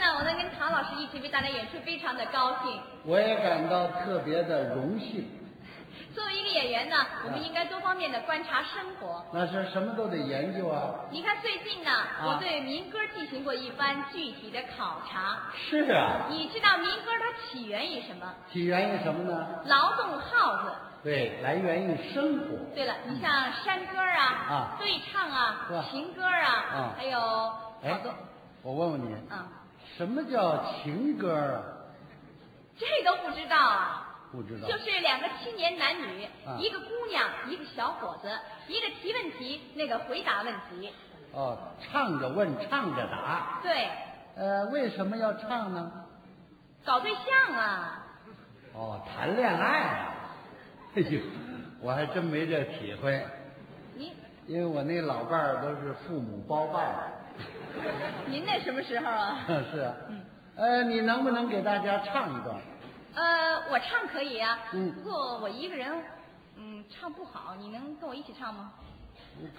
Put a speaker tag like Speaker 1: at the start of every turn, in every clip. Speaker 1: 啊我能跟唐老师一起为大家演出，非常的高兴。
Speaker 2: 我也感到特别的荣幸，
Speaker 1: 作为一个演员呢，我们应该多方面的观察生活。
Speaker 2: 那是什么都得研究啊。
Speaker 1: 你看最近呢，我对民歌进行过一番具体的考察。
Speaker 2: 是啊，
Speaker 1: 你知道民歌它起源于什么？
Speaker 2: 起源于什么呢？
Speaker 1: 劳动号子。
Speaker 2: 对，来源于生活。
Speaker 1: 对了，你像山歌啊、
Speaker 2: 嗯啊
Speaker 1: 对唱
Speaker 2: 是吧
Speaker 1: 啊、情歌啊，
Speaker 2: 啊
Speaker 1: 还有好
Speaker 2: 哎
Speaker 1: 多，
Speaker 2: 我问问你，
Speaker 1: 嗯，
Speaker 2: 什么叫情歌啊？
Speaker 1: 这都不知道啊。
Speaker 2: 不知道。
Speaker 1: 就是两个青年男女，
Speaker 2: 啊
Speaker 1: 一个姑娘，一个小伙子，一个提问题，那个回答问题。
Speaker 2: 哦，唱着问，唱着答。
Speaker 1: 对，
Speaker 2: 呃，为什么要唱呢？
Speaker 1: 搞对象啊，
Speaker 2: 哦，谈恋爱啊。 哎呦，我还真没这体会，
Speaker 1: 您
Speaker 2: 因为我那老伴儿都是父母包办
Speaker 1: 您那什么时候啊？
Speaker 2: 的。 是啊。
Speaker 1: 嗯。
Speaker 2: 呃，你能不能给大家唱一段？
Speaker 1: 呃，我唱可以啊，
Speaker 2: 嗯
Speaker 1: 不过我一个人，嗯，唱不好，你能跟我一起唱吗？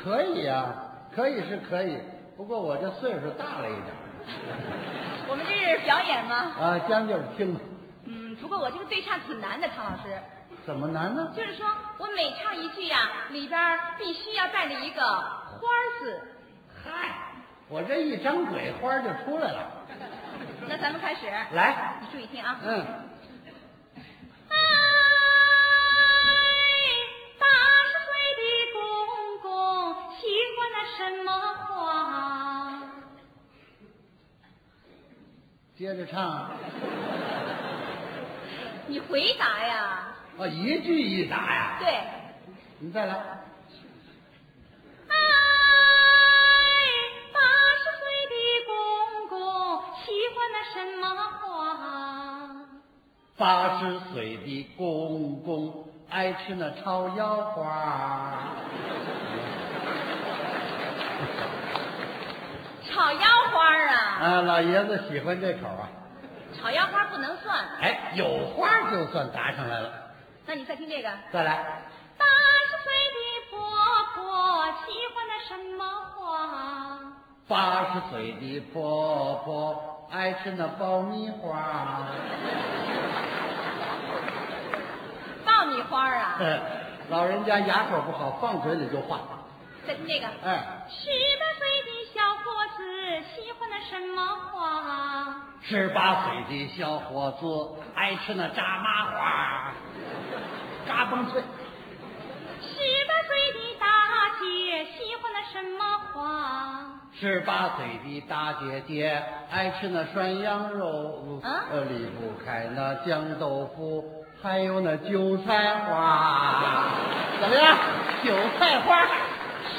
Speaker 2: 可以啊，可以是可以，不过我这岁数大了一点儿
Speaker 1: 我们这是表演吗？
Speaker 2: 啊，将就着听吧。
Speaker 1: 嗯，不过我这个对唱挺难的，唐老师。
Speaker 2: 怎么难呢？
Speaker 1: 就是说我每唱一句呀、里边儿必须要带着一个花儿字。
Speaker 2: 嗨，我这一张嘴花儿就出来了。
Speaker 1: 那咱们开始，
Speaker 2: 来，
Speaker 1: 你注意听啊。
Speaker 2: 嗯。
Speaker 1: 哎，八十岁的公公喜欢那什么花？
Speaker 2: 接着唱啊、
Speaker 1: 你回答呀。
Speaker 2: 哦，一句一答呀！
Speaker 1: 对。啊
Speaker 2: 你再来，
Speaker 1: 哎，八十岁的公公喜欢那什么花？
Speaker 2: 八十岁的公公爱吃那超腰花，
Speaker 1: 炒腰花儿啊，
Speaker 2: 啊，老爷子喜欢这口啊。
Speaker 1: 炒腰花不能算。
Speaker 2: 哎，有花就算答上来了。
Speaker 1: 那你再听这个。
Speaker 2: 再来，
Speaker 1: 八十岁的婆婆喜欢那什么花？
Speaker 2: 八十岁的婆婆爱吃那爆米花，
Speaker 1: 爆米花儿啊！
Speaker 2: 老人家牙口不好，放嘴里就化。
Speaker 1: 再听这个。
Speaker 2: 哎，
Speaker 1: 十八岁的小伙子喜欢那什么花？
Speaker 2: 十八岁的小伙子爱吃那炸麻花，嘎嘣脆。
Speaker 1: 十八岁的大姐喜欢那什么花？
Speaker 2: 十八岁的大姐姐爱吃那涮羊肉，
Speaker 1: 啊
Speaker 2: 呃，离不开那酱豆腐，还有那韭菜花。怎么样？韭菜花？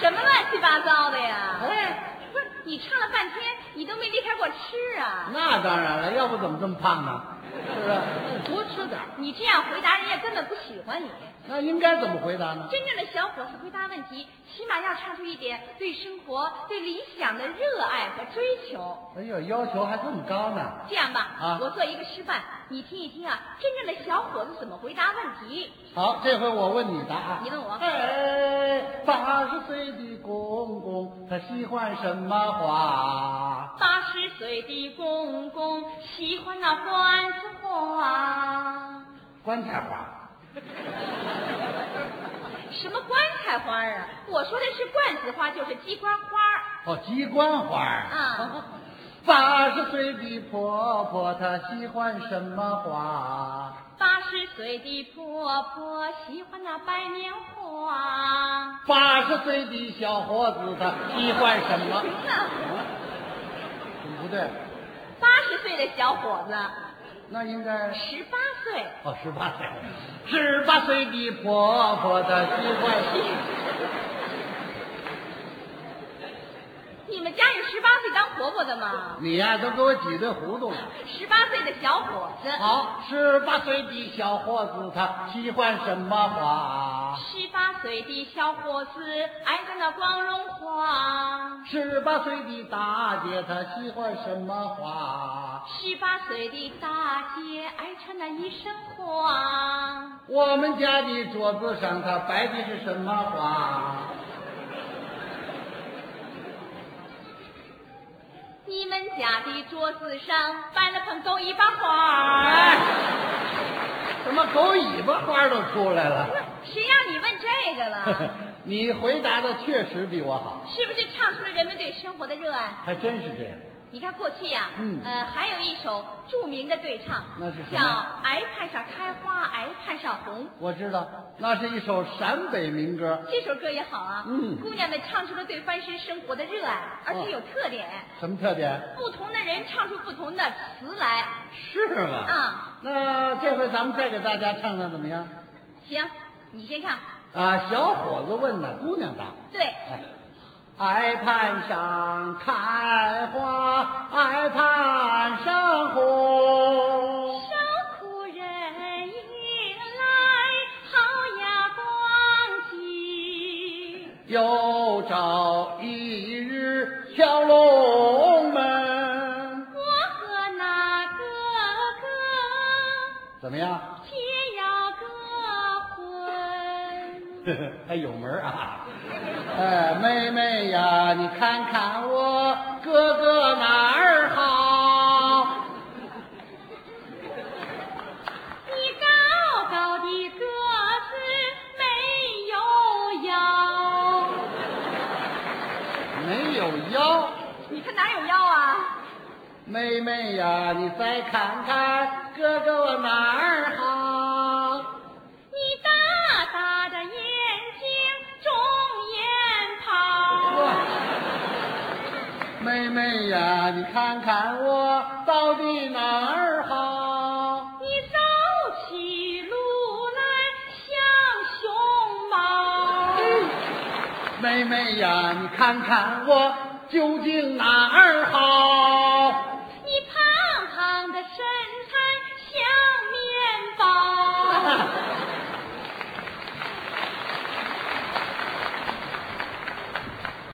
Speaker 1: 什么乱七八糟的呀！
Speaker 2: 哎，
Speaker 1: 不是你唱了半天，你都没离开过吃啊！
Speaker 2: 那当然了，要不怎么这么胖呢？是不是？多吃点儿，
Speaker 1: 你这样回答，人家根本不喜欢你。
Speaker 2: 那应该怎么回答呢？
Speaker 1: 真正的小伙子回答问题，起码要唱出一点对生活、对理想的热爱和追求。
Speaker 2: 哎呦，要求还这么高呢？
Speaker 1: 这样吧，
Speaker 2: 啊
Speaker 1: 我做一个示范，你听一听啊，真正的小伙子怎么回答问题。
Speaker 2: 好，这回我问你答案。
Speaker 1: 你问我
Speaker 2: 哎，八十岁的公公他喜欢什么花？
Speaker 1: 八十岁的公公喜欢那栾子花，
Speaker 2: 棺材花。
Speaker 1: 什么棺材花啊？我说的是罐子花，就是鸡冠花。
Speaker 2: 哦，鸡冠花儿
Speaker 1: 啊。
Speaker 2: 八十岁的婆婆她喜欢什么花？
Speaker 1: 八十岁的婆婆喜欢那白棉花。
Speaker 2: 八十岁的小伙子他喜欢什么？
Speaker 1: 行了，
Speaker 2: 不对，
Speaker 1: 八十岁的小伙子，
Speaker 2: 那应该
Speaker 1: 十八岁。
Speaker 2: 哦，十八岁，十八岁的婆婆她喜欢。
Speaker 1: 你们家有十八岁当婆婆的吗？
Speaker 2: 你呀、都给我挤兑糊涂了。
Speaker 1: 十八岁的小伙子，
Speaker 2: 好，十八岁的小伙子他喜欢什么花？
Speaker 1: 十八岁的小伙子爱着那光荣花，
Speaker 2: 十八岁的大姐她喜欢什么花？
Speaker 1: 十八岁的大姐爱穿那一身花，
Speaker 2: 我们家的桌子上，它摆的是什么花？
Speaker 1: 你们家的桌子上摆了盆狗尾巴花儿。
Speaker 2: 哎，怎么狗尾巴花都出来了？
Speaker 1: 谁让你问这个了？
Speaker 2: 你回答的确实比我好，
Speaker 1: 是不是唱出了人们对生活的热爱？
Speaker 2: 还真是这样。
Speaker 1: 你看过去呀、
Speaker 2: 嗯
Speaker 1: 呃，还有一首著名的对唱，
Speaker 2: 那是什么
Speaker 1: 叫《哎看上开花哎看上红》。
Speaker 2: 我知道，那是一首陕北民歌，
Speaker 1: 这首歌也好啊，
Speaker 2: 嗯
Speaker 1: 姑娘们唱出了对翻身生活的热爱，而且有特点，
Speaker 2: 什么特点？
Speaker 1: 不同的人唱出不同的词来。
Speaker 2: 是吗？
Speaker 1: 啊，
Speaker 2: 那这回咱们再给大家唱唱怎么样？
Speaker 1: 行，你先唱，
Speaker 2: 啊，小伙子问呢，姑娘答。
Speaker 1: 对，
Speaker 2: 哎，爱盼上开花，爱盼上红。
Speaker 1: 少妇人迎来好呀光景，
Speaker 2: 有朝一日敲龙门，
Speaker 1: 我和那哥哥
Speaker 2: 怎么样？
Speaker 1: 结呀个婚，
Speaker 2: 还有门儿啊！哎，妹妹呀，你看看我哥哥哪儿好？
Speaker 1: 你高高的个子没有腰，
Speaker 2: 没有腰。
Speaker 1: 你看哪有腰啊？
Speaker 2: 妹妹呀，你再看看哥哥我哪儿好？
Speaker 1: 你大大的眼睛中眼泡。
Speaker 2: 妹妹呀，你看看我到底哪儿好？
Speaker 1: 你走起路来像熊猫，
Speaker 2: 妹妹呀，你看看我究竟哪儿好？